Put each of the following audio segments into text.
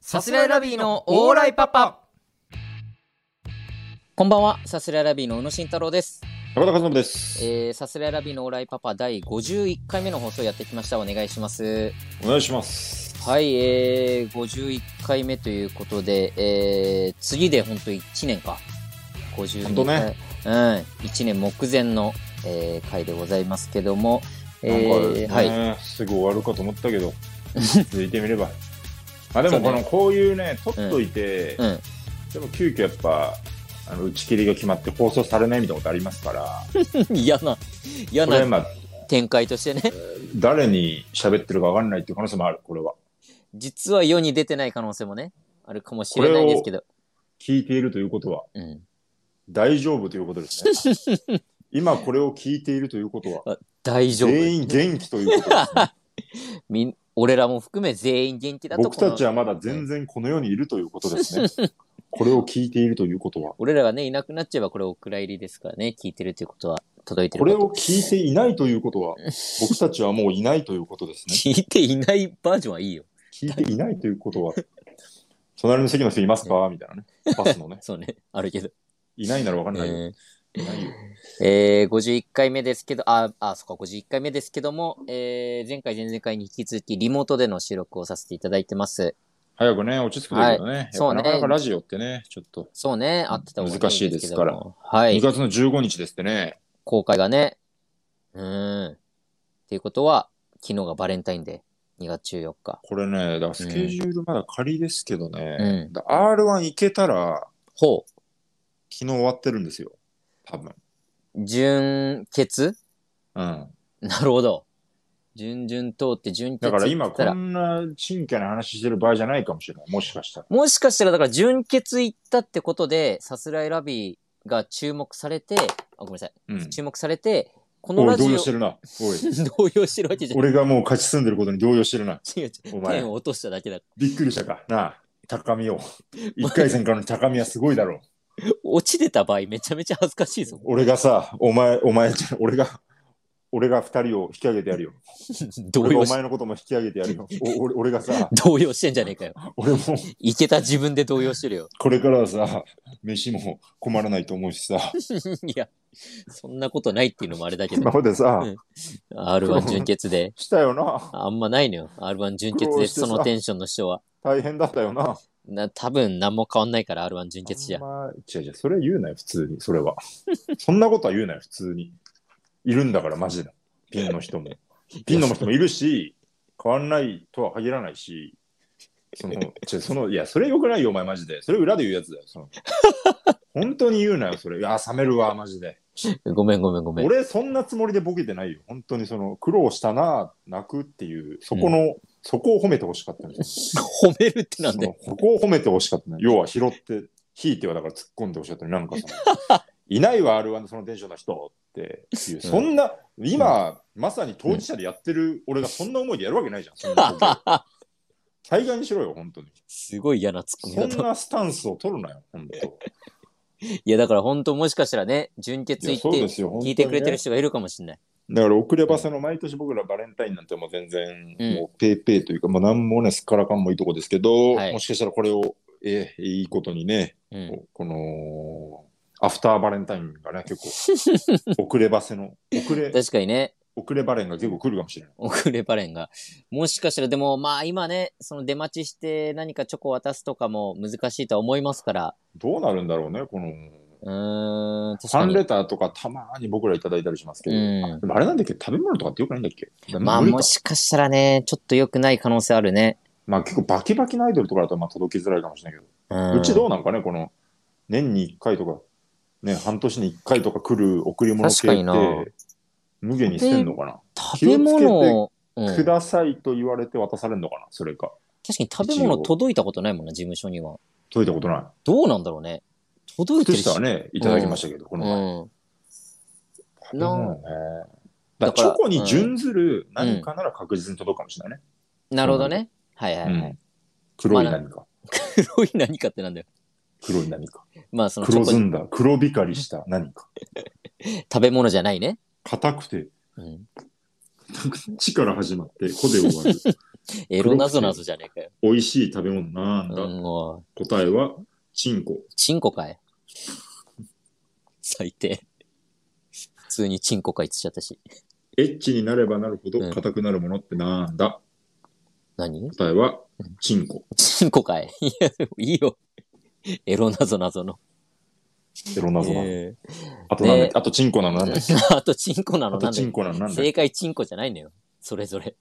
さすらいラビーのオーライパパこんばんは、さすらいラビーの宇野慎太郎です。高田和伸です、えー、さすらいラビーのオーライパパ第51回目の放送やってきました。お願いします。お願いします。はい、えー、51回目ということで、えー、次で本当1年か。本52当回。ねうん、1年目前の、えー回でございますけども、えなんかね、ー、はい。すぐ終わるかと思ったけど、続いてみれば。まあでもこそうの、ねこういうね、取っといて、うん。でも急遽やっぱ、あの打ち切りが決まって放送されないみたいなことありますから、 嫌な、嫌これはな今、展開としてね。誰に喋ってるか分かんないっていう可能性もある、これは。実は世に出てない可能性もね、あるかもしれないですけど。聞いているということは、うん。大丈夫ということですね。 今これを聞いているということは、大丈夫。全員元気とい うことですね。みん俺らも含め全員元気だと僕たちはまだこ全の然この世にいるということですね。 これを聞いているということは。俺らがね、いなくなっちゃえばこれお蔵入りですからね、聞いてるということは、届いてるここれとを聞いていないということは、僕たちはもういないということですね。聞いていないバージョンはいいよ。聞いていないということは、隣の席の人いますかみたいなね。パスのね。そうね、あるけど。いないならわかんないよ。えいないよ。ーえー、51回目ですけど、あ、あ、そっか、51回目ですけども、えー、前回、前々回に引き続きリモートでの収録をさせていただいてます。早くね、落ち着くといいけどね。やっそうねぱなかなかラジオってね、ちょっと。そうね、あってた方が難しいですからけども。は2い、月の15日ですってね。公開がね、うーん。っていうことは、昨日がバレンタインデー、2月14日。これね、だからスケジュールまだ仮ですけどね。うんだ R1 行けたら、ほ昨日終わってるんですよ。多分。う、純潔 うん。なるほど。順々通って順決だから今行ったこら、んな真剣な話してる場合じゃないかもしれない。もしかしたら。もしかしたらだから準決行ったってことで、さすらいラビーが注目されて、あ、ごめんなさい。うん。注目されて、このおラい、ジオ、動揺してるな。おい。動揺してるわけじゃない。俺がもう勝ち進んでることに動揺してる な。違う違うお前ペンを落としただけだ。びっくりしたか。なあ、高みを。一回戦からの高みはすごいだろう。落ちてた場合めちゃめちゃ恥ずかしいぞ。俺がさ、 お前、お前、俺が、俺が二人を引き上げてやるよ。動俺が揺おし前のことも引き上げてやるよ。お俺俺がさ、動揺してんじゃねえかよ。俺もいけた自分で動揺してるよ。 これからはさ、飯も困らないと思うしさ、 いや、そんなことないっていうのもあれだけ今ど。 までさ、 R1 準決で。したよな。あんまないのよ。R1 準決苦労で、してそさのテンションの人は。大変だったよな。な多分何も変わんないから R1 準決じゃあん。ま違う違う、それ言うなよ、普通に、それは。 そんなことは言うなよ、普通に。いるんだから、マジで。ピンの人も。ピンの人もいるし、変わんないとは限らないし、その、違うそのいや、それよくないよ、お前、マジで。それ裏で言うやつだよ、その。本当に言うなよ、それ。いや、冷めるわ、マジで。ごめんごめんごめん。俺、そんなつもりでボケてないよ。本当に、その、苦労したな、泣くっていう、そこの、そこを褒めてほしかったんです褒めるってなんだよ。そのここを褒めてほしかったね。要は拾って、引いてはだから突っ込んでほしかったね。なんかその、 いないわ、R1 のそのテンションの人っていう、そんな、今、まさに当事者でやってる俺がそんな思いでやるわけないじゃん。そんなこと対外にしろよ、本当に。 すごい嫌なツッコミそだんと。なスタンスを取るなよ、本当。いやだから本当もしかしたらね、純潔いや行そっうでてすよ、本当に聞ねいてくれてる人がいるかもしれない。だから遅ればせの毎年僕らバレンタインなんてもう全然うんもうペーペーというか、まあ何もねすっからかんもいいとこですけど、はいもしかしたらこれをえーいいことにねうん。このアフターバレンタインがね、結構 遅ればせの遅れ確かにね、遅れバレンが結構来るかもしれない。遅れバレンが。もしかしたらでもまあ今ね、その出待ちして何かチョコ渡すとかも難しいとは思いますから。どうなるんだろうね、このうーん、確フかァンに。レターとかたまに僕らいただいたりしますけど、うんでもあれなんだっけ、食べ物とかってよくないんだっけまあ無理かもしかしたらね、ちょっと良くない可能性あるね。まあ結構バキバキのアイドルとかだとまあ届きづらいかもしれないけうど、うんちどうなんかね、この年に1回とか、ね、半年に1回とか来る贈り物系確かにっなて、無限にしてんのかな、食べ物を、うん、く確かださいと言われて渡されるのかなそれか。に食べ物届いたことないもんな、事務所には。届いたことない。どうなんだろうね。届いて靴るし。下はね、いただきましたけど、この前。うん。食べ物ね。だだかかららチョコに準ずる何かなら確実に届くかもしれないね。なるほどね。はいはいはい。うん黒い何か。黒い何かってなんだよ。黒い何か。まあそのチョ黒コずんだ、黒光りした何か。食べ物じゃないね。硬くて、うん。地から始まって、子で終わる。エロなぞなぞじゃねえかよ。美味しい食べ物なんだ。うん、もう、答えは、チンコ。チンコかい。最低。普通にチンコかいっつっちゃったし。エッチになればなるほうどん硬くなるものってなんだ。何答えは、チンコ。チンコかい。いや、いいよ。エロなぞなぞの。エロ謎な。えあとなんだっでけあとチンコなのなんだっけーあとチンコなあのとなんだチンコなのなんだっ正け解チンコじゃないのよ。それぞれ。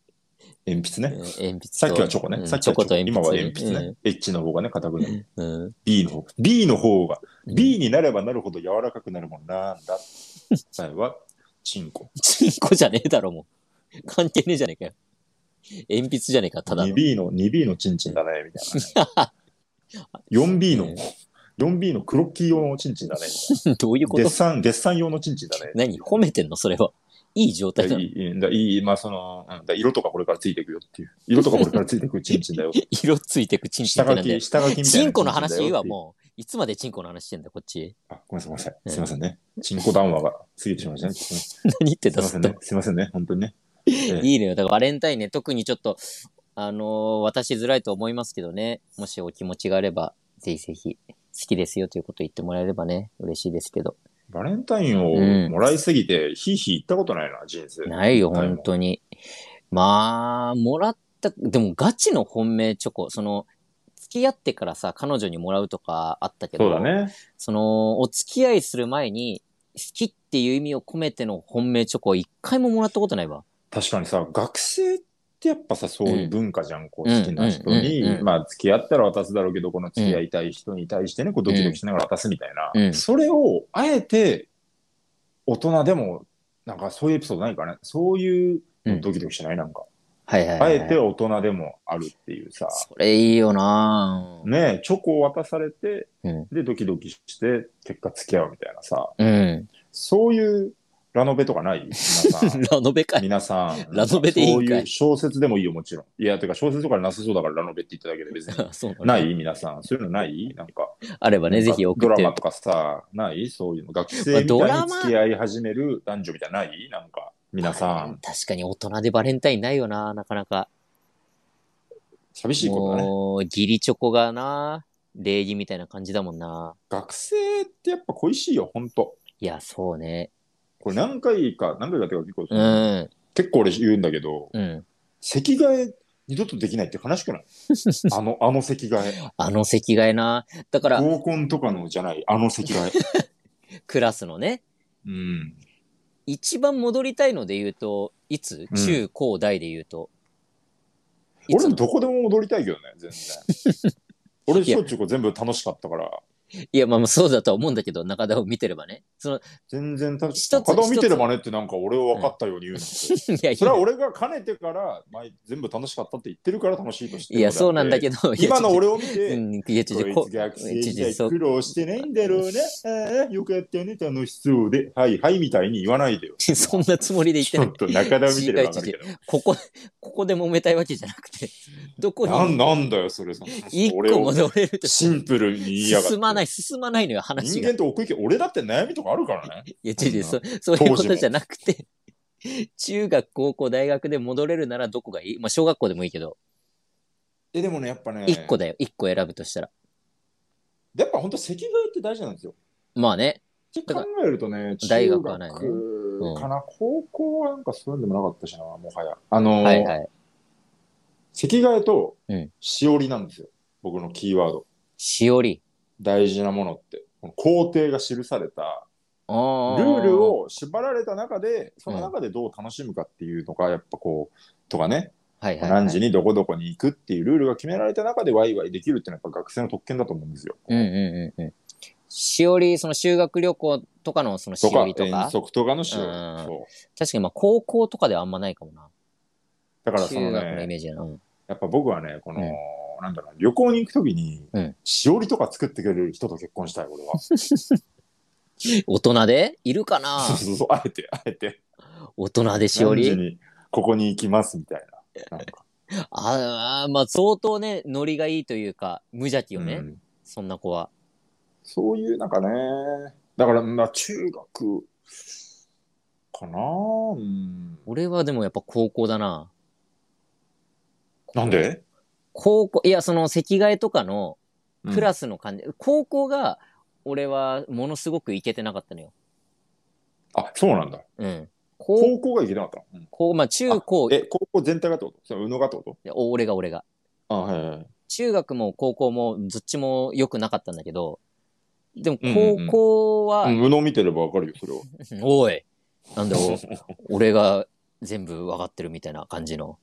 鉛筆うんね。鉛筆と。さっきはチョコね。うんさっきチョはコと鉛筆。今は鉛筆ね。エッチの方がね、硬くなる。うん。うん B の方。B の方が、うん B になればなるほど柔らかくなるものなんだ。答えは、チンコ。チンコじゃねえだろ、もう。 関係ねえじゃねえかよ。鉛筆じゃねえか、ただの。 2B の、2B のチンチンだね、みたいなね。4B の、4B のクロッキー用のチンチンだね。み どういうこたいなデッとサン、デッサン用のチンチンだね。何褒めてんのそれは。いい状態いだいの。いい、だいい、まあその、うんだ色とかこれからついていくよっていう。色とかこれからついていくチンチンだよ。色つ いてくチンチン下って書なんだよき、。下書きみたいな。チンコの話いいわ、う。もう。いつまでチンコの話してんだ、こっち。あ、ごめんなさい、ごめんなさい。すいませんね。チンコ談話が過ぎてしまいましたね。す何言っていたませんね。すいませんね。本当にね。ええ いいのよ。だからバレンタインね、特にちょっと、あのー渡しづらいと思いますけどね、もしお気持ちがあれば、ぜひぜひ、好きですよということを言ってもらえればね、嬉しいですけど。バレンタインをもらいすぎて、ひいひい言ったことないな、人生。ないよ、ないもん本当に。まあ、もらった、でもガチの本命チョコ、その、付き合ってからさ、彼女にもらうとかあったけど、そうだね。その、お付き合いする前に、好きっていう意味を込めての本命チョコは一回ももらったことないわ。確かにさ、学生ってやっぱさ、そういう文化じゃん。こう、うん好きな人うんうんうんにう、んまあ、付き合ったら渡すだろうけど、この付き合いたい人に対してね、こう、ドキドキしながら渡すみたいな。うんそれを、あえて、大人でも、なんかそういうエピソードないかね。そういううんドキドキしないなんか。はいはい、はあい。えて大人でもあるっていうさ。それいいよなぁねえチョコを渡されて、うんで、ドキドキして、結果付き合うみたいなさ。うん。そういうラノベとかない皆さ ん。ラノベかい。皆さん、ラノベでいいんそかいういう小説でもいいよ、もちろん。いや、てか小説とかなさそうだからラノベって言っただけで 別に。あそうななんだい皆さん。そういうのないなんか。あればね、ぜひ送って。ドラマとかさ、ないそういうの。学生みまあドたいラにマ付き合い始める男女みたいなのないなんか、皆さん。確かに大人でバレンタインないよな、なかなか。寂しいことだね。もう、義理チョコがな、礼儀みたいな感じだもんな。学生ってやっぱ恋しいよ、ほんと。いや、そうね。これ何回か、何回かっていうか結構その、うん、結構俺言うんだけど、うん。席替え二度とできないって悲しくな いあの、あの席替え。あの席替えな。だから、合コンとかのじゃない、あの席替え。クラスのね、うん。一番戻りたいので言うと、いつうん中高大で言うと。いつ俺もどこでも踊りたいけどね、全然。俺、小中高全部楽しかったから、いや、まあまあそうだとは思うんだけど、中田を見てればね。その、 全然楽し一つかった。見てればねってなんか俺を分かったように言うの、 いや、いそれはい俺が兼ねてから、前全部楽しかったって言ってるから楽しいとしてやいや、そうなんだけど。ど。今のい俺を見や、ちょて、うん、いや、ちょちょここいつ学生時ちょちょそ代う苦労してないんだろうね。ああ、よかったね、楽しそうで。はいはいみたいに言わないでよ。そんなつもりで言ってちなょいっ。と中田を見てれば分かるけここ、ここで揉めたいわけじゃなくて、どこど。なんになんだよ、それ。その一俺個を戻れるとシンプルに言いやがって。進まない、進まないのよ、話人が。い間と奥行き、俺だって悩みとかあるからね。や、違う違う、そそそう いうこ当時ともじゃなくて、中学、高校、大学で戻れるならどこがいいまあ、小学校でもいいけど、え、でもね、やっぱね、一個だよ、一個選ぶとしたら。やっぱ本当、席替えって大事なんですよ。まあね、って考えるとね、中大学学はないねかな、高校はなんかそういうのでもなかったしな、もはや。あのー、はいはい。席替えとうんしおりなんですよ。僕のキーワード。しおり。大事なものって。この工程が記された、ルルーール、を縛られた中で、その中でどう楽しむかっていうのが、やっぱこう、とかね、はいはい、何時にどこどこに行くっていうルールが決められた中でワイワイできるっていうのはやっぱ学生の特権だと思うんですよ。うんうんうんうん。しおり、その修学旅行とかのそのしとかおりとか遠、足とかのしおりうんそう確かにまあ高校とかではあんまないかもな。だからそ中の学のイねメージやな。うんやっぱ僕はねこの、うなんだろう旅行に行くときに、うんしおりとか作ってくれる人と結婚したい俺はそ大人でいるかな うそうそうあえてあえて大人でしおり何時にここに行きますみたいななんか、ああ、まあ相当ね、ノリがいいというか、無邪気よね、うんそんな子は。そういうなんかねだからまあ中学かなぁうん。俺はでもやっぱ高校だな。なんで高校、いや、その席替えとかのクラス。スの感じ、高校が俺はものすごくいけてなかったのよ。あ、そうなんだ。うん。高高校が行けなかったの、校、まあ中高うん、、え、高校全体がってことその宇野がってことお俺が俺が。あ、はいはい。中学も高校もどっちも良くなかったんだけど、でもうんうんうん高校は、うん、宇野見てればわかるよ、それは。 おい、なんでお俺が全部分かってるみたいな感じの、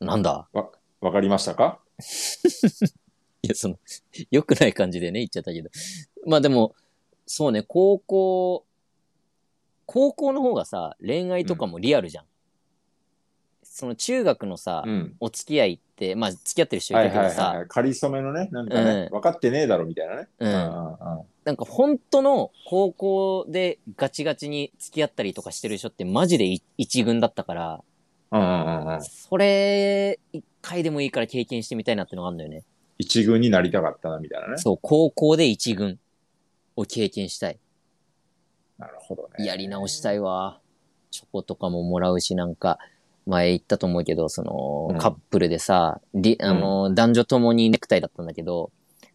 なんだ わかりましたかいや、その、 良くない感じでね、言っちゃったけど。まあでも、そうね、高校、高校の方がさ、恋愛とかもリアルじゃん。その中学のさ、うん。お付き合いって、まあ付き合ってる人はいいるけはどいはいさ、はい。仮初めのね、なんかね、う分かってねえだろみたいなね。う。うんんうんなんか本当の高校でガチガチに付き合ったりとかしてる人ってマジでい一軍だったから、うんうんうんうん。それ一回でもいいから経験してみたいなってのがあるんだよね。一軍になりたかったなみたいなね。そう、高校で一軍を経験したい。なるほどね。やり直したいわ。チョコとかももらうし、なんか、前言ったと思うけど、その、うんカップルでさ、りあの、男女ともにネクタイだったんだけど、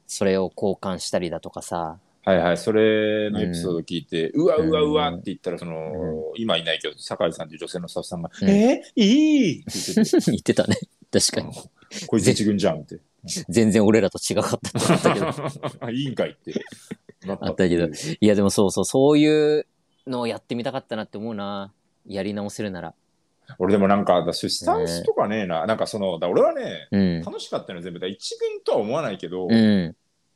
それを交換したりだとかさ、 はいはい、それのエピソード聞いて、うわうわうわって言ったら、その、今いないけど、酒井さんという女性のスタッフさんが、うんえーいいって言って言ってたね。確かに。て、 こいつ一軍じゃんって。全然俺らと違かったって思った けど。いいんかいって。なっあったけどいや、でもそうそう、そういうのをやってみたかったなって思うな。やり直せるなら。俺でもなんか、私、スタンスとかねえな。なんかその、だ俺はね、うん。楽しかったのよ全部だ。一軍とは思わないけど、うん。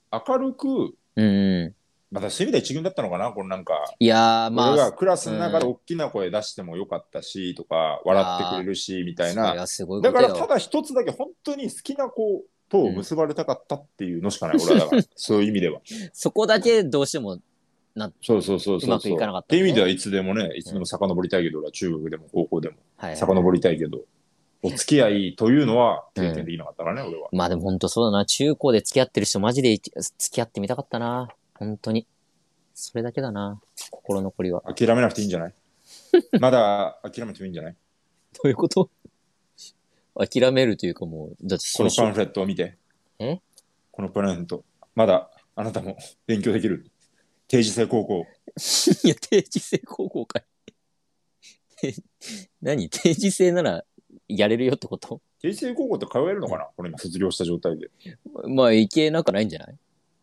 明るく、うんうん。またそういう意味では一軍だったのかな、このなんか、いやー、ま俺があ、クラスの中で大きな声出してもよかったしとか、笑ってくれるしみたいそれな。はすごいこだとかよ。らただ一つだけ本当に好きな子と結ばれたかったっていうのしかない、 俺はだから、そういう意味では。そこだけどうしても、そうそうそうそうそう。うまくいかなかったっていう意味ではいつでもね、いつでも遡りたいけど、俺は中学でも高校でもはい。遡りたいけど、お付き合いというのは経験できなかったからね、俺は。まあでも本当そうだな。中高で付き合ってる人マジで一付き合ってみたかったな。本当に。それだけだな。心残りは。 諦めなくていいんじゃないまだ諦めてもいいんじゃないどういうこと諦めるというかもう、だってこそののパンフレットを見て。えこのパンフレット。まだあなたも勉強できる。定時制高校。 いや、定時制高校かい。 て何定時制ならやれるよってこと定時制高校って通えるのかなこれ今卒業した状態で。まあ、いけなくないんじゃない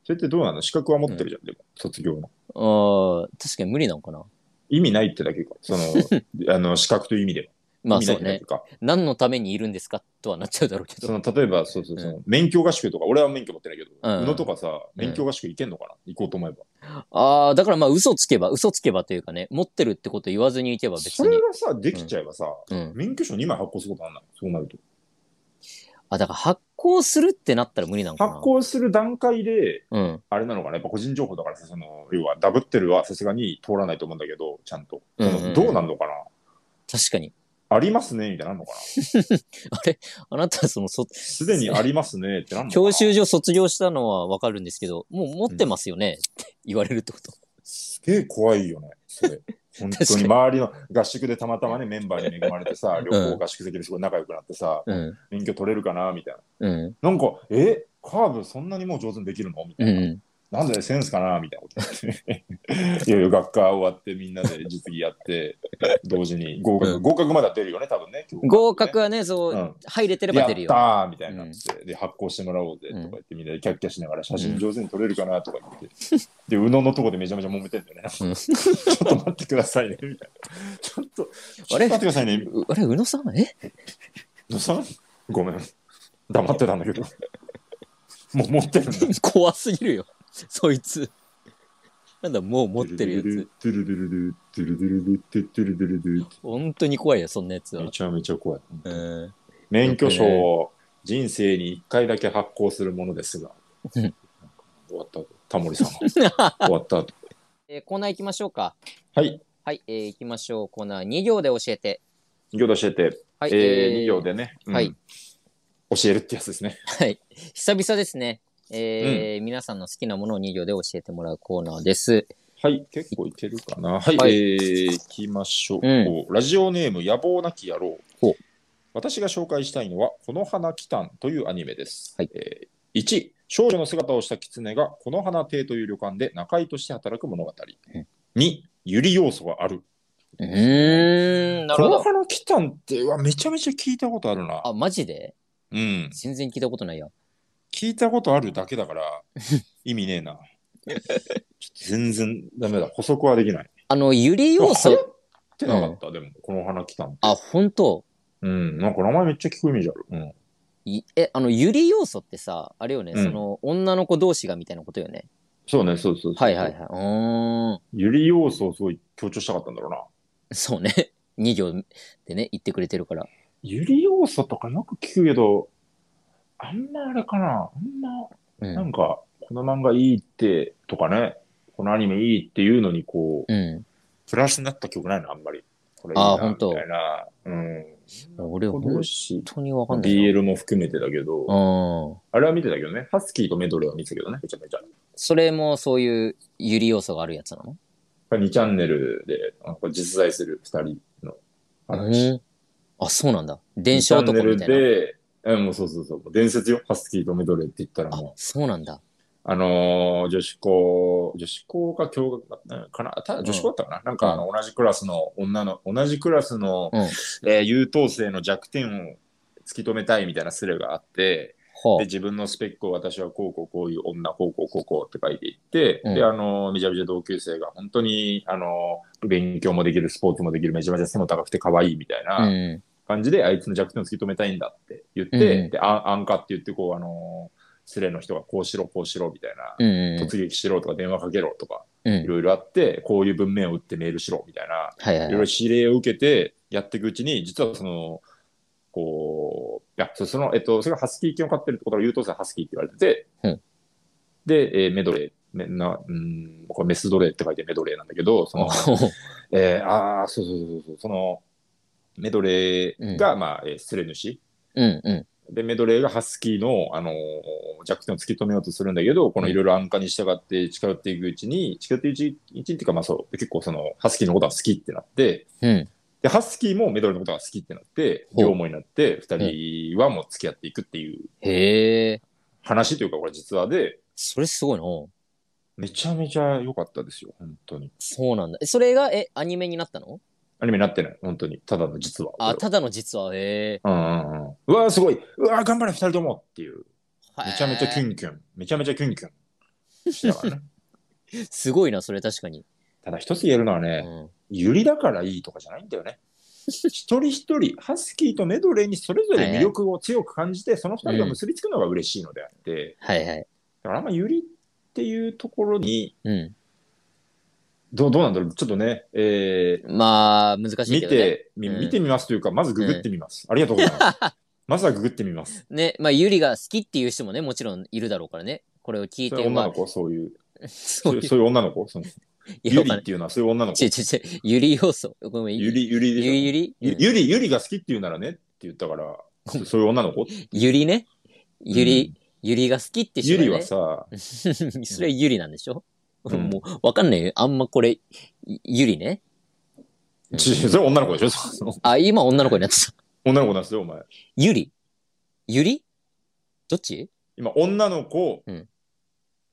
それってどうなの資格は持ってるじゃん、でも、卒業の。ああ、確かに無理なのかな。意味ないってだけか。 その、あの、資格という意味でまは。あ意味そないうってだねけ。か。何のためにいるんですかとはなっちゃうだろうけそど。の、例えば、そうそう、うんその、免許合宿とか、俺は免許持ってないけど、うん宇野とかさ、免許合宿行けんのかな行こうと思えば。ああ、だからまあ嘘つけば、嘘つけばというかね、持ってるってこと言わずにいけば別それに。がさ、できちゃえばさ、うん。免許証2枚発行することあんなのそうなると。あ、だから発行するってなったら無理なのかな。発行する段階で、うん。あれなのかなやっぱ個人情報だからさ、その、要は、ダブってるはさすがに通らないと思うんだけど、ちゃんと。そのうんうんうんどうなんのかな確かに。 ありますねみたいなのあんのかなあれあなた、その、そ、すでにありますねってなんのかな教習所卒業したのはわかるんですけど、もう持ってますよねって言われるってこと。すげえ怖いよね、それ。本当に周りの合宿でたまたまね、メンバーに恵まれてさ、旅行合宿先ですごい仲良くなってさ、うん。免許取れるかなみたいうん。な。なんか、えカーブそんなにもう上手にできるのみたういな。ん。なんでセンスかなみたいなこと 言って。いよいよ学科終わってみんなで実技やって、同時に合格、うん合格まだ出るよね、多分ね。合格はね、そう、うん入れてれやばった出るよ。ーみたいになって、で発行してもらおうぜとか言ってみんなでキャッキャしながら写真上手に撮れるかなとか言って、で宇野のとこでめちゃめちゃ揉めてんだ よね、うんちょっと待ってくださいねみたいなちょっとちょっと待ってくださいねうあれ、宇野さんえ宇野さんごめん黙ってたんだけどもう持って るんだ怖すぎるよ。 そいつ。なんだ、もう持ってるやつ。トゥルルルルトゥルルルルトゥトゥルルルル本当に怖いよ、そんなやつはめ。ちゃめちゃ怖いうん。免許証を人生に一回だけ発行するものですがうんなんか終わった後タモリさん終わった後えーコーナー行きましょうか。はいはい、えー行きましょう。コーナー2行で教えて。 2行出してて、はい、ええー2行でね、うんはい教えるってやつですね。はい。久々ですね。えー皆さんの好きなものを2行で教えてもらうコーナーです。はい、結構いけるかな。はい、はいえー、いきましょう、うラジオネーム、野望なき野郎ほう。私が紹介したいのは、この花きたんというアニメです。はいえー、1、少女の姿をした狐が、この花亭という旅館で仲居として働く物語。うん2、ゆり要素がある。うーん、なるこほのど。花きたんって、うわめちゃめちゃ聞いたことあるな。あ、マジでうん。全然聞いたことないや。聞いたことあるだけだ から、意味ねえな。ちょっと全然ダメだ。補足はできない。あの、ゆり要流素、行ってなかった、でも、この花来たん。あ、本当うん、なんか名前めっちゃ聞くイメージある。うん。いえ、あの、ゆり要素ってさ、あれよね、うんその、女の子同士がみたいなことよね。そうね、そうそうそうはいはいはい。うーん。ゆり要素をすごい強調したかったんだろうな。そうね。2行 でね、言ってくれてるから。ゆり要素とかよく聞くけど、あんまあれかな。あんま、うん。なんか、この漫画いいって、とかね、このアニメいいっていうのに、こう、うん。プラスになった曲ないの、あんまり。これいいなあーほんとみたいな。うん。俺、本嬉しい。当にわかんないな。 BL も含めてだけど、うん。あれは見てたけどね、ハスキーとメドレーは見てたけどね、めちゃめちゃ。それもそういうゆり要素があるやつなの2チャンネルでなんか実在する2人の話。うんあ、そうなんだ。 2電チ車ャンネ男ルみたいな。で、えもうそうそうそう、もう伝説よ、ハスキーとメドレーって言ったらあも、そうなんだ。う、あのー女子校、女子校か共学だったかな、ただ女子校だったかな、なんかあの同じクラスの女の、同じクラスの、うんえー優等生の弱点を突き止めたいみたいなスレがあって、はで自分のスペックを私はこうこうこういう女こうこうこうこうって書いていって、うんであのめちゃめちゃ同級生が本当にあの勉強もできるスポーツもできるめちゃめちゃ背も高くて可愛いみたいあ。う。なん感じで、あいつの弱点を突き止めたいんだって言って、うんうんであアンカって言ってこうあのスレの人がこうしろこうしろみたいな、うん。突撃しろとか電話かけろとかういん。ろいろあってこういう文面を打ってメールしろみたいなはいはいいろいはろい。指令を受けてやっていくうちに、実はその、こう、いや、そその、えっと、それがハスキー犬を飼ってるところが優等生ハスキーって言われてて、うんで、えーメドレー、めなうんこれメスドレーって書いてメドレーなんだけど、その、えーああ、そうそうそうそう、その、メドレーが、まあ、えー失礼主。 うんうん。で、メドレーがハスキーの、あのー弱点を突き止めようとするんだけど、このいろいろ安価に従って近寄っていくうちに、近寄っていくうちにっていうか、まあそう、結構その、ハスキーのことは好きってなって、うん。で、ハスキーもメドレーのことが好きってなって、ほう両思いになって、二人はもう付き合っていくっていうへえ。話というか、これ実話で、それすごいの。めちゃめちゃ良かったですよ、本当に。そうなんだ。えそれが、え、アニメになったのアニメになってない、本当に。ただの実話。あ、こただの実は、へえ。れはうんうんうん。うわー、すごい。うわー、頑張れ、二人ともっていう。めちゃめちゃキへュンキュン。めちゃめちゃキュンキュン。してたから ね。えすごいな、それ確かに。ただ一つ言えるのはうね、ん。ユリだからいいとかじゃないんだよね。一人一人、ハスキーとメドレーにそれぞれ魅力を強く感じて、その二人が結びつくのが嬉しいのであって、はいはい。だからあんまユリっていうところに、うん。どうどうなんだろう、ちょっとね、えまあ、難ーしい見けどね。て、みうん見てみますというか、まずググってみます。ありがとうございます。 まずはググってみます。ね、まあ、ゆりが好きっていう人もね、もちろんいるだろうからね。これを聞いそういて、う女まの子、そういう、あ、 そそうういいううそういう女の子、そのいユやリっていうのはそういう女のち子ょ。ちょちょ、ゆり要素。ごめん、ユリ、ユリでしょゆ。ゆりゆゆり、ゆり、ゆりが好きっていうならねって言ったから、そうそういう女の子。ゆりね。ゆうりん、ゆりが好きって人ゆがねりはさ、それゆりなんでしょ、うんもう、わかんないよ。あんまこれ、ゆゆりね。うんちそれ女の子でしょそのあ、今女の子になってた。女の子なんですよ、お前。ゆりゆりどっち今、女の子、うん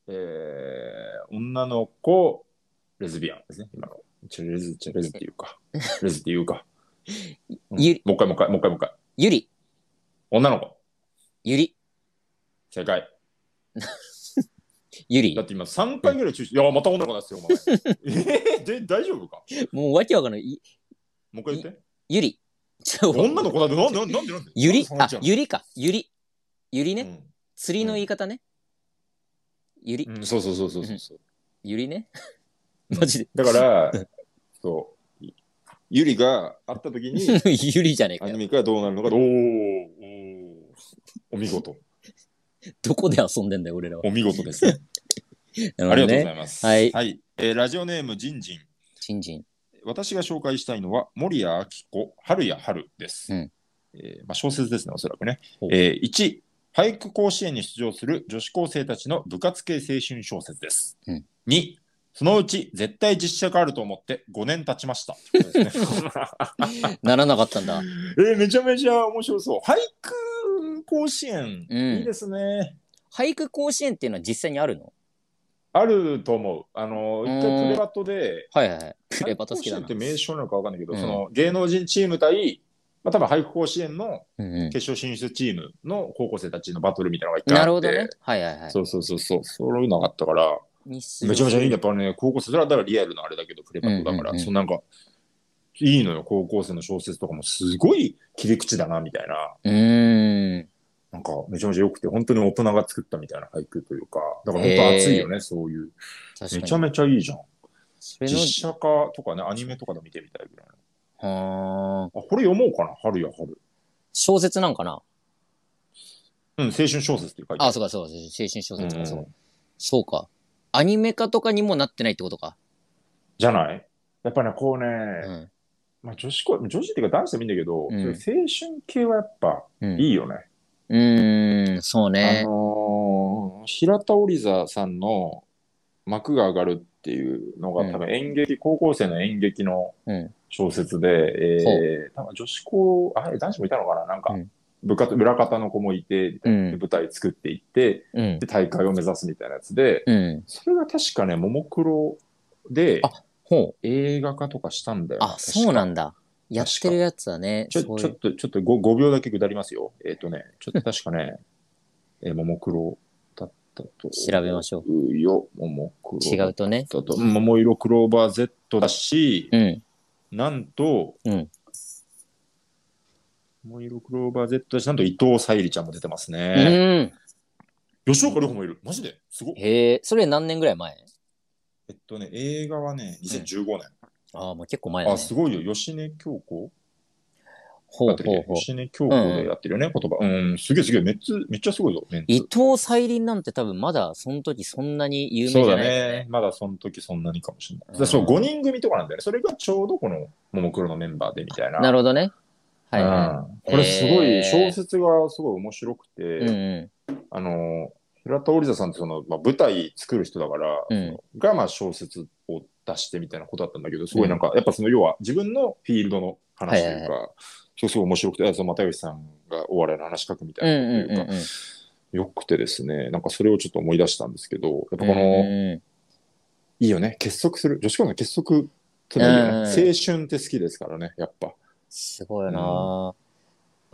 えー、女の子、レズビアンですね、今の。ちょレズ、ちょレズっていうか。レズっていうか。うんゆりもう一回、もう一回、もう一回、もう一回。ゆり女の子、ゆり正解。ゆだりって今3回ぐらい中止。いや、また女の子なんですよ、お前。えー、で、大丈夫かもうわけわかんない。いもう一回言って。ゆりちょ女の子だって、なんで、なんで、なんでなんで。ゆりそんなあじゃ、んゆりか。ゆりゆりね。釣りの言い方ね。ゆりうん、うんそうそうそうそうそうそう。ゆりね。 マ ジで。だから、そう。ゆりが会った時に、ゆりじゃねえアかニよ。メからどうなるのか、おーおーお見事。どこで遊んでんだよ、俺らは。お見事ですね。 なるほどありがとうごねざいます。はいえーラジオネーム、ジンジン。チンジン。私が紹介したいのは、森谷明子、春谷春です。うんえーまあ、小説ですね、おそらくねほう。え1、俳句甲子園に出場する女子高生たちの部活系青春小説です。うん2、そのうち絶対実写があると思って5年経ちました。ってことですねならなかったんだ。 えーめちゃめちゃ面白そう。俳句甲子園、うんいいですね。俳句甲子園っていうのは実際にあるのあると思う。あの、一う回んプレバトで、はいはいはい。プレバト好きだ俳な。句甲子園って名称なのかわかんないけど、うんその芸能人チーム対、まあ、多分俳句甲子園のうんうん決勝進出チームの高校生たちのバトルみたいなのが一回あなって。るほどね。はいはいはい。そうそうそうそう、そういうのがあったから、めちめちゃめちゃいいね。やっぱね、高校生、それはだからリアルなあれだけど、プレバトだから、うんうんうんそのなんか、いいのよ、高校生の小説とかも、すごい切り口だな、みたいな。うーん。なんか、めちゃめちゃ良くて、本当に大人が作ったみたいな俳句というか、だから本当熱いよね、そういう。め確ちゃかに。めちゃいいじゃん。それ実の、写化とかね、アニメとかで見てみたいぐらいの。はーあ、これ読もうかな、春や春。小説なんかなうん、青春小説って書いてあ、そそうかそうか。青春小う説か、そんう。そうか。アニメ化とかにもなってないってことか。じゃないやっぱね、こうね、うん。まあ女子校、女子っていうか男子でもいいんだけど、うんそういう青春系はやっぱうんいいよね。うーん、そうあね。のー平田織座さんの幕が上がるっていうのが、うん多分演劇、高校生の演劇のうん小説で、ほえー、多分女子校、あれ男子もいたのかななんか、うん部活、裏方の子もいて、みたいなうん舞台作っていって、うんで。大会を目指すみたいなやつで、うん。それが確かね、ももクロであほう。映画化とかしたんだよあ、そうなんだ。んだ。やってるやつだね。ちょそうちいょっう。と、ちょっと 5, 秒だけ下りますよ。えっ、とね、ちょっと確かね、えー、ももクロだったと。調べましょう。よ、ももクロ。違うとね。だと、うん桃色クローバー Z だし、うん。なんと、うん桃色クローバー Z だし、なんと伊藤沙莉ちゃんも出てますうね。ん。吉岡里帆もいる。マジですごい。へえ、それ何年ぐらい前えっとね、映画はね、2015年。ああ、もう結構前だね。あ、すごいよ。吉根京子ほだうったっほうけほう。吉根京子でやってるよね、言葉。うん、すげえすげえ。めっちゃ、めっちゃすごいぞ。メンツ伊藤沙莉なんて多分まだその時そんなに有名じそうゃだないよねね。。まだその時そんなにかもしれない。うんだからそう、5人組とかなんだよね。それがちょうどこのももクロのメンバーでみたいな。なるほどね。はいはうんこれすごい、えー小説がすごい面白くて、い。うんうあの、平田織田さんってその、まあ、舞台作る人だから、うんそのがまあ小説を出してみたいなことだったんだけど、すごいなんか、やっぱその要は自分のフィールドの話というか、はいそうすごい面白くて、その又吉さんがお笑いの話書くみたん。うんいうんなことといううか、んうん。よくてですね、なんかそれをちょっと思い出したんですけど、やっぱこの、うんいいよね。結束する。女子高の結束ってのはいいよねうん青春って好きですからね、やっぱ。すごいなぁ、まあ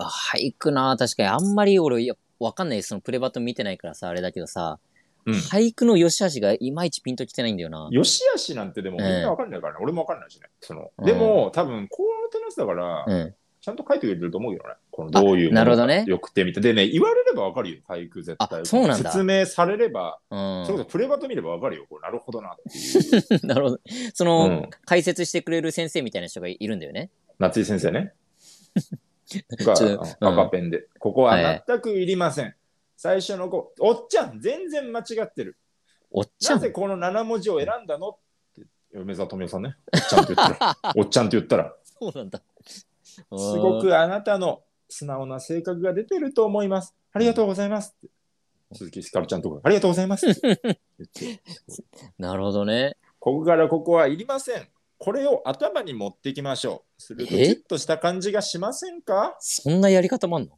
俳句なぁ確かにあんまり俺やわかんないそのプレバト見てないからさあれだけどさ、うん俳句の良し悪しがいまいちピンときてないんだよなよしあしなんてでもみうんんなわかんないからね。俺もわかんないしね。そのうんでも、多分、こうのテナスだから、うんちゃんと書いてくれてると思うけどね。このどういうものあなるほどねよくてみたいでね、言われればわかるよ、俳句絶対。あそうなんだ説明されれば、うんそれこそプレバト見ればわかるよ。こうなるほどなってい う。なるほどそうの、ん、解説してくれる先生みたいな人がいるんだよね夏井先生 ね。がちょっとあのうん赤ペンで、ここははいはい全くいりません。最初の子、おっちゃん、全然間違ってる。おっちゃなんぜこの7文字を選んだのって、梅沢富美男さんね。おっちゃんって言 ったら、おっちゃんって言ったら、そうなんだすすごくあなたの素直な性格が出てると思います。ありがとうございますって。鈴木ひかるちゃんとか、ありがとうございます って言って。なるほどねここからここはいりません。これを頭に持っていきましょう。すると、えきっとした感じがしませんかそんなやり方もあんの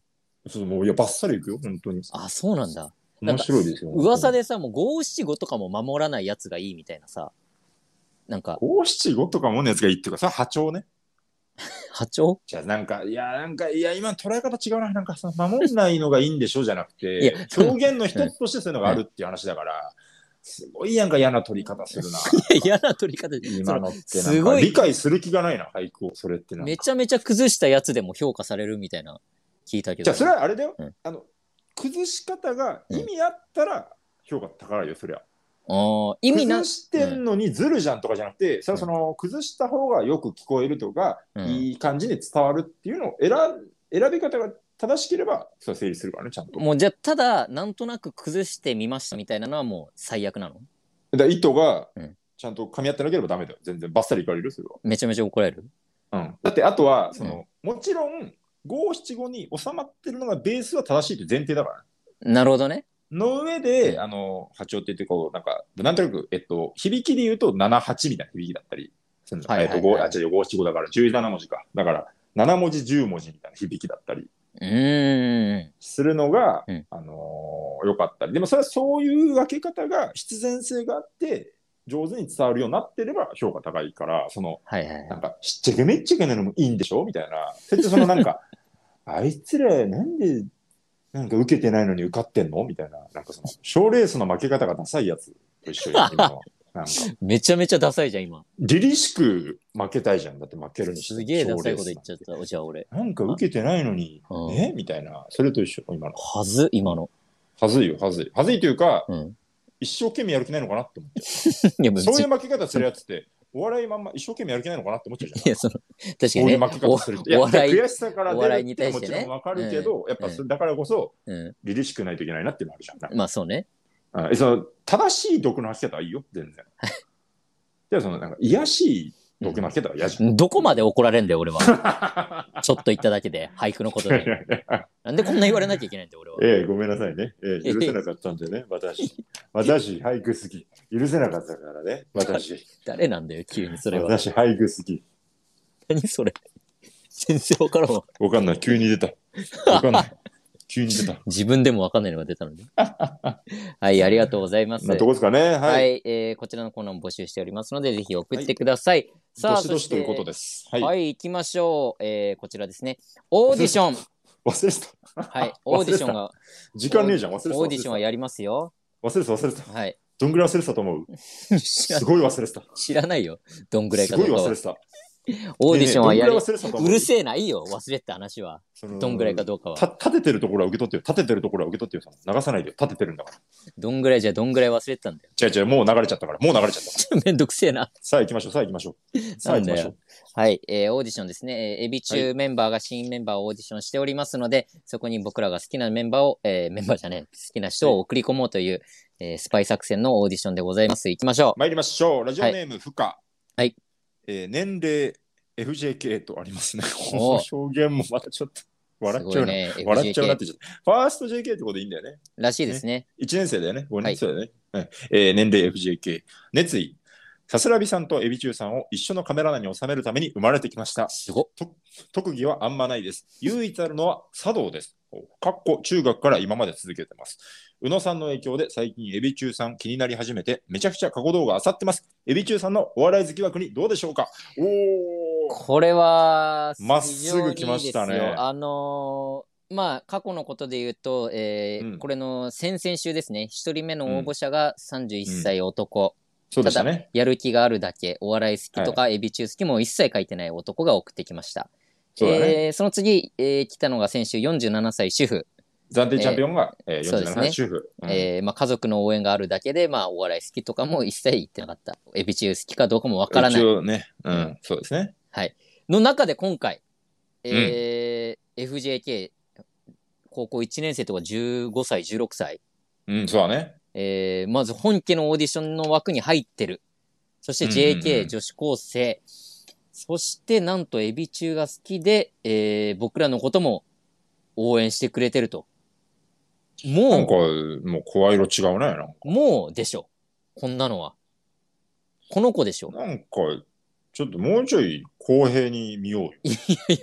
そうもういや、ばっさりいくよ、本当に。あそうなんだ面白いですよ。噂で。でさもう五七五とかも守らないやつがいいみたいなさなんか五七五とかものやつがいいっていうか、さ、波長ね。波 長じゃあなんか、いや、なんか、いや、今捉え方違うな、なんかさ、守んないのがいいんでしょじゃなくいやて、表現の一つとしてそういうのがあるっていう話だから、すごいなんか嫌な取り方する な。いや嫌な取り方今のってそなすんかごい理解する気がないな、俳句を、それってなんかめちゃめちゃ崩したやつでも評価されるみたいな聞いたけじど。ゃあそれはあれだよ、うんあの、崩し方が意味あったら評価高いよ、そりゃ。ああ意味な崩、してんのにずるじゃんとかじゃなくて、それはその、崩した方がよく聞こえるとか、うんいい感じに伝わるっていうのを選選び方が正しければ、それは成立するからね、ちゃんと。もうじゃあただなんとなく崩してみましたみたいなのはもう最悪なのだから糸がうんちゃんと噛み合ってなければダメだよ。全然バッサリいかれるよそれめちゃめちゃ怒られる。は。だってあとはその、もちろん五七五に収まってるのがベースは正しいって前提だからね。なるほどね。の上で、うんあの波長って言ってこうなんかなんとなく、えっと、響きで言うと78みたいな響きだったりするの、はいはいはいえっと、5あ違う5 7 5だから17文字かだから7文字10文字みたいな響きだったりうーん。するのが、うんあのー良かったりでもそれはそういう分け方が必然性があって上手に伝わるようになってれば評価高いからそのはいはいなんか、しっちゃけめっちゃけなのもいいんでしょみたいな。それってそのなん か、あいつらなんで、なんか受けてないのに受かってんのみたいな。なんかその、賞ーレースの負け方がダサいやつと一緒 に、今のなんか、めちゃめちゃダサいじゃん、今。凛々しく負けたいじゃん。だって負けるにすげえダサいこと言っちゃった。おじゃあ俺。た。なんか受けてないのに、うんねみたいな。それと一緒、今の。はず、今の。はずいよ、はずい。はずいというか、 うん。一生懸命やる気ないのかなって思って。いや、別そういにう。負け方するやつって、お笑いまんま一生懸命やる気ないのかなって思っちゃうじゃんい。や、その、確かこういにう負けね。方する人。いやお 笑い悔しさから出るってもちろんわかるけど、お笑いに対してねやっぱそれだからこそ、う凛々しくないといけないなっていうのあるじゃん。なんん。まあそうね。かうんその正しい毒の吐き方はいいよ、全 然。でもその、なんか、癒やしい毒の吐き方は嫌じゃん。どこまで怒られんだよ、俺は。 ちょっと言っただけで、俳句のことで。なんでこんな言われなきゃいけないんだよ、俺は。ええ、ごめんなさいね。ええ、許せなかったんでね、私。私、俳句好き。許せなかったからね、私。誰なんだよ、急 にそれは。私、俳句好き。何それ。全然わからんわ。わかんない。急に出た。わか んない。急に出た。自分でもわかんないのが出たので。 はい、ありがとうございます。なとこですかね。ははい。い、えーこちらのコーナーも募集しておりますので、ぜひ送ってください。さどあ、しどしということで。です。は、はいい。行きましょう。えーこちらですね。オーディション。忘れてた。はい、オーディションが、時間ねえじゃん、忘れてた。オーディションはやりますよ。忘れてた、忘れてた。 はい。どんぐらい忘れてたと思う知らすごい忘れてた。知らないよ。どんぐらいすかどごういか忘はれ。てた。オーディションはやりねえねえどんぐらい忘れてたと思うるせえな、いいよ。忘れてた話は。そのどんぐらいかどうかは。た立ててるところは受け取ってよ。立ててるところは受け取ってよ。その流さないでよ。立ててるんだから。どんぐらいじゃどんぐらい忘れてたんだよ。 違う違う、もう流れちゃったから。もう流れちゃった。めんどくせえな。さあ行きましょう、さあ行きましょう。さあ行きましょう。はい、えーオーディションですね。えーエビ中メンバーが新メンバーをオーディションしておりますので、そこに僕らが好きなメンバーを、えーメンバーじゃねえ、好きな人を送り込もうという、えースパイ作戦のオーディションでございます。行きましょう。参りましょう。ラジオネーム、ふか。はい。えー年齢、FJK とありますね。おこの 表現もまたちょっと笑っちゃうな。すごいね笑っちゃうな FJK って言っちゃった。ファースト JK ってことでいいんだよね。らしいですね。 1年生だよね、5年生だよね。はいえー年齢 FJK、熱意、さすらびさんとエビチューさんを一緒のカメラ内に収めるために生まれてきました。すごっ。特技はあんまないです。唯一あるのは茶道です。かっこ中学から今まで続けてます。宇野さんの影響で最近エビ中さん気になり始めてめちゃくちゃ過去動画あさってます。エビ中さんのお笑い好き枠にどうでしょうかおーこれは、まっすぐ来ましたね非常にいいですよあのーまあ、過去のことで言うと、えーうんこれの先々週ですね、一人目の応募者が31歳男、そうでしたただね。、やる気があるだけ、お笑い好きとか、エビ中好きも一切書いてない男が送ってきました。そうだね。えーその次、えー来たのが先週47歳主婦、暫定チャンピオンが、えーそうで47すね歳主婦。うんえーまあ、家族の応援があるだけで、まあ、お笑い好きとかも一切言ってなかったエビ中好きかどうかもわからな一い応ね、うん、そうですね。の中で今回、えー FJK 高校1年生とか15歳16歳、うん、そうだね。えーまず本家のオーディションの枠に入ってるそしてうんうんう JK ん女子高生、そしてなんとエビ中が好きで、えー僕らのことも応援してくれてるともうなんか、もう声色違うね。なんか、もうでしょ。こんなのは。この子でしょ。なんかちょっともうちょい公平に見ようよ。い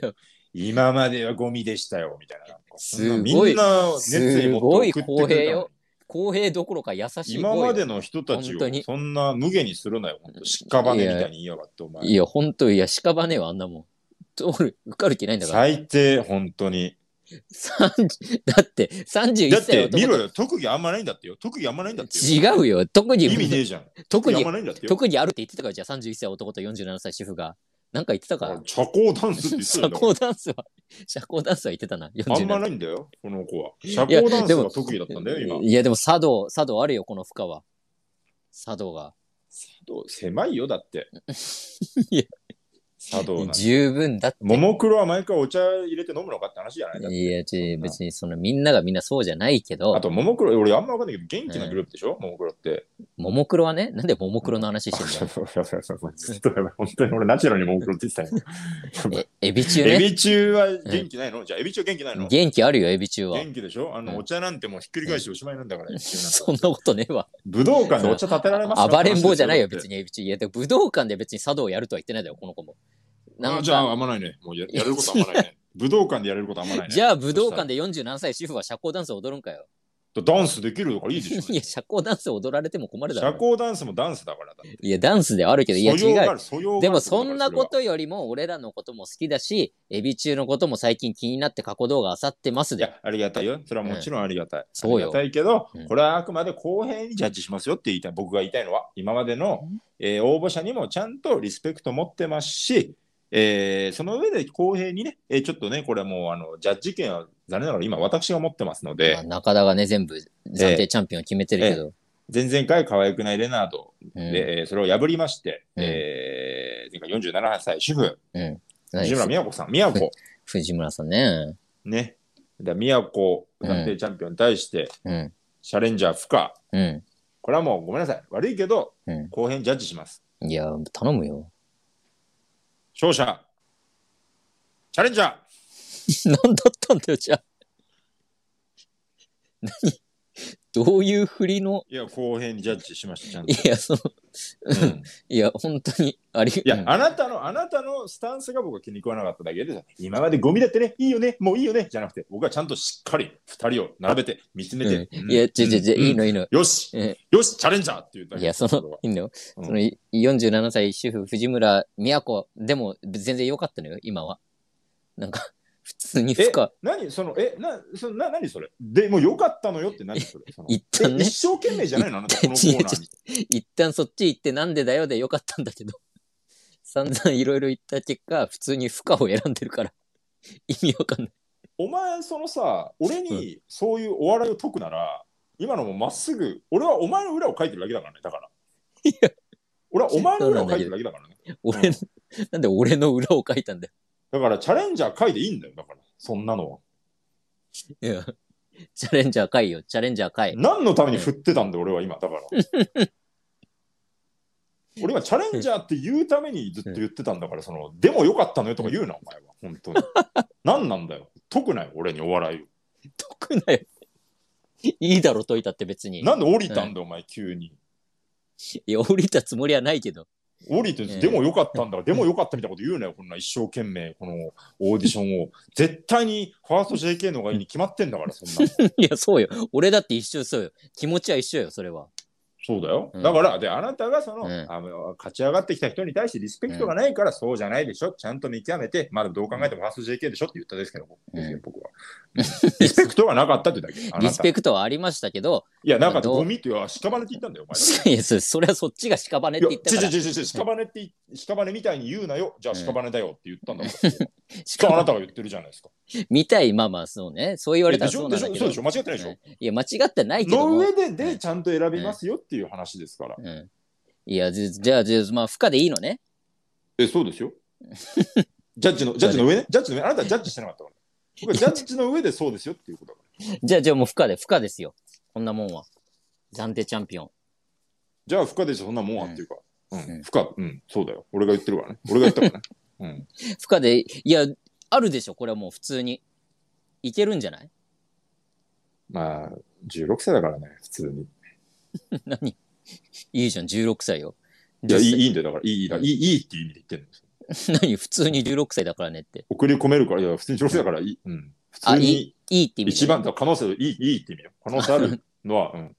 や、今まではゴミでしたよ、みたいな。なんかすごいみんな熱意持って送ってくれたのにすごい公平よ。公平どころか優しい今までの。の人たち本を当にそんな無下にするなよ。本当屍みたいに言いやがって、お前。いや、ほんと、いや、屍ねえわ、あんなもん。通る、受かる気ないんだから。最低、本当に。 30だって、31だっ歳ての、見男ろとよ、特技あんまないんだってよ。特技あんまないんだってよ。違うよ。特意味ねに、えじゃん。特あにんま、ないんだってよ。特にあるって言ってたから、じゃあ31歳男と47歳主婦が。なんか言ってたから。社交ダンスって言ってた社よだから交ダンスは、社交ダンスは言ってたな。あんま47ないんだよ、この子は。社交ダンスが特技だったんだよ、今。いや、でも、茶道、茶道あるよ、この負荷は。茶道が。 狭いよ、だって。あと、十分だって。ももクロは毎回お茶入れて飲むのかって話じゃないだっていや、ち別にそのみんながみんなそうじゃないけど、あと、ももクロ、俺あんま分かんないけど、元気なグループでしょ、ももクロって。ももクロはね、なんでももクロの話してんそうそうそうそうずっとやばい本当に俺ナチュラルにももクロって言ってたよ。だよ。 え、エビ中エね。ビ中は元気ないの、じゃあ、エビ中元気ないの元元気あるよ、エビ中は。気でしょあの、うんお茶なんてもうひっくり返しておしまいなんだから、エビ中なんかそんなことねえわ。武道館でお茶立てられますか暴れん坊じゃないよ、別に。にエビ中。いや、でも武道館で別に茶道やるとは言ってないだよ、この子も。なんあかじゃあ、あんまないね。もうややれることあんま ないね。武道館でやれることあんまないね。じゃあ武道館で47歳主婦は社交ダンスを踊るんかよ。ダンスできるからいいでしょ。いや、社交ダンスを踊られても困るだ社ろ。交ダンスもダンスだからだって。いや、ダンスではあるけど、いや、素養違があう。る素養があるでも、そんなこだからとよりも、俺らのことも好きだし、エビ中のことも最近気になって過去動画あさってますそでれは。いや、ありがたいよ。それはもちろんありがたい。そうよありがたいけどうん、これはあくまで公平にジャッジしますよって言いたい、僕が言いたいのは、今までのうん、えー応募者にもちゃんとリスペクト持ってますし、えーその上で公平にね、えーちょっとね、これはもうあのジャッジ権は残念ながら今私が持ってますので、まあ中田がね、全部暫定チャンピオンを決めてるけど。前々回可愛くないレナードうんで、えーそれを破りまして、うんえー前回47歳主婦、何藤村美和子さん、美和子、藤村さんね。ね、だ美和子暫定チャンピオンに対して、うん。チャレンジャー不可、うこれはもうごめんなさい、悪いけど、うん後編ジャッジします。ん。いや、頼むよ。 勝者、チャレンジャー、何だったんだよ、じゃあ。 何どういう振りの、 いや、後編にジャッジしました、ちゃんとい。や、その、うんいや、本当に、あり、いやう、んあなたの、あなたのスタンスが僕は気に食わなかっただけで、今までゴミだってね、いいよね、もういいよね、じゃなくて、僕はちゃんとしっかり2人を並べて、見つめて、いや、ちょちょちょ、いいの。のいいの。よし、えよし、チャレンジャーって言ったいや、その、いいの。うんその、い47歳主婦、藤村都でも、全然良かったのよ、今は。なんか、普通に負え荷。、何その、え、な、そのな、何それで、もう良かったのよって何それその一旦えね、一生懸命じゃないのあなた、このコ違うーナーに。一旦そっち行ってなんでだよでよかったんだけど、 散々いろいろ言った結果、普通に負荷を選んでるから、 意味わかんない。お前、そのさ、俺にそういうお笑いを解くなら、今のもまっすぐ、俺はお前の裏を書いてるだけだからね、だから。いや俺はお前の裏を書いてるだけだからね。俺、うんなんで俺の裏を書いたんだよ。だから、チャレンジャー書いていいんだよ、だから、そんなのは。いやチャレンジャーかいよ、チャレンジャーかい。何のために振ってたんだよ、俺は今、だから。俺はチャレンジャーって言うためにずっと言ってたんだから、その、でもよかったのよとか言うな、お前は。本当に。何なんだよ。解くなよ、俺にお笑いを。解くなよ。いいだろ、解いたって別に。なんで降りたんだよ、お前、急に。いや、降りたつもりはないけど。 降りて、ええでもよかったんだから、でもよかったみたいなこと言うなよ、こんな一生懸命、このオーディションを。絶対に、ファースト JK の方がいいに決まってんだから、そん なの。いや、そうよ。俺だって一緒そうよ。気持ちは一緒よ、それは。そうだよ。うんだから、で、あなたがその、うんあの、勝ち上がってきた人に対してリスペクトがないから、そうじゃないでしょ。ちゃんと見極めて、まあ、どう考えてもファースト JK でしょって言ったですけど、うん僕は。リスペクトがなかったってだけ。あなた リスペクトはありましたけど、いや、なんかった、どうゴミって言わ、屍って言ったんだよ、お前ら。いや、そそれはそっちが屍ってい言や、ったからち。ちちち、屍ってい、屍みたいに言うなよ。じゃあ、うん屍だよって言ったんだから。 しそかうあなも、たが言ってるじゃないですか。見たい、まあまあ、そうね。そう言われたでらしそうょなでんしだょけそうどでし。ょ間違ってないでしょ、いや、間違ってないけどのも。上で、で、ちゃんと選びますよっていう話ですから。うん、いや、じじゃあ、じゃあ、まあ、負荷でいいのね。え、そうで すよ。ジャッジの、ジャッジの上ね。ジャッジの上、あなたはジャッジしてなかったから。 僕はジャッジの上でそうですよっていうことだから。じゃあ、じゃあもう負荷で、負荷ですよ。こんなもんは。暫定チャンピオン。じゃあ、不可でしょ、そんなもんはっていうか。うんん、不可、うん、そうだよ。俺が言ってるからね。俺が言ったからね。うん。負荷で、いや、あるでしょ、これはもう普通に。いけるんじゃないまあ、16歳だからね、普通に。何いいじゃん、16歳よ。いや、いいい。いいんだよ、だから、いい、いい、いいいいっていう意味で言ってるんですよ。 何普通に16歳だからねって。送り込めるから、いや、普通に16歳だから、いい。うん。普あ通いに、いいって意味で一番だ、可能性、いい、いいって意味よ。可能性あるの は、うん。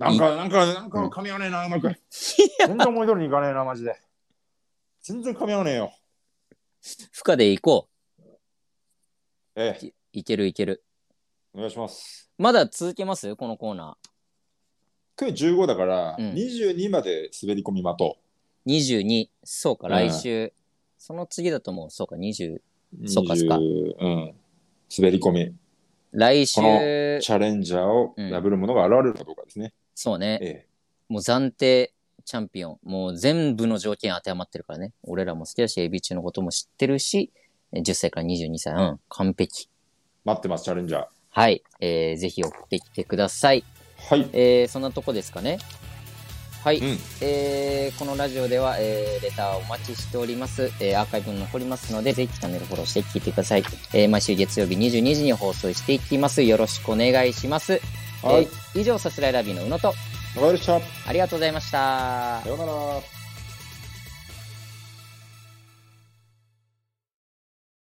なんか、なんか、なんか、噛み合わねえな、うまく。全然思い通りにいかねえな、マジで。全然噛み合わねえよ。負荷でいこええ。う。いいけるいける。お願いします。まだ続けますこのコーナ今日15だから、うん22まで滑り込みまとー。22。そうか、うん来週。その次だと思う。そうか、20。う。そうかそうか20うん。滑り込み、来週こ、のチャレンジャーを破るものが現れるかどうかですね。そうね。えもう暫定チャンピオン。もう全部の条件当てはまってるからね。俺らも好きだし、AB 中のことも知ってるし、え10歳から22歳。うん、完璧。待ってます、チャレンジャー。はい。えー、ぜひ送ってきてください。はい。えー、そんなとこですかね。はい。うん。えーこのラジオでは、えーレターをお待ちしております。えーアーカイブに残りますので、ぜひチャンネルフォローして聞いてください。えー毎週月曜日22時に放送していきます。よろしくお願いします。はいえ。ー以上、さすらいラビーの宇野と、わかりました。ありがとうございました。さようなら。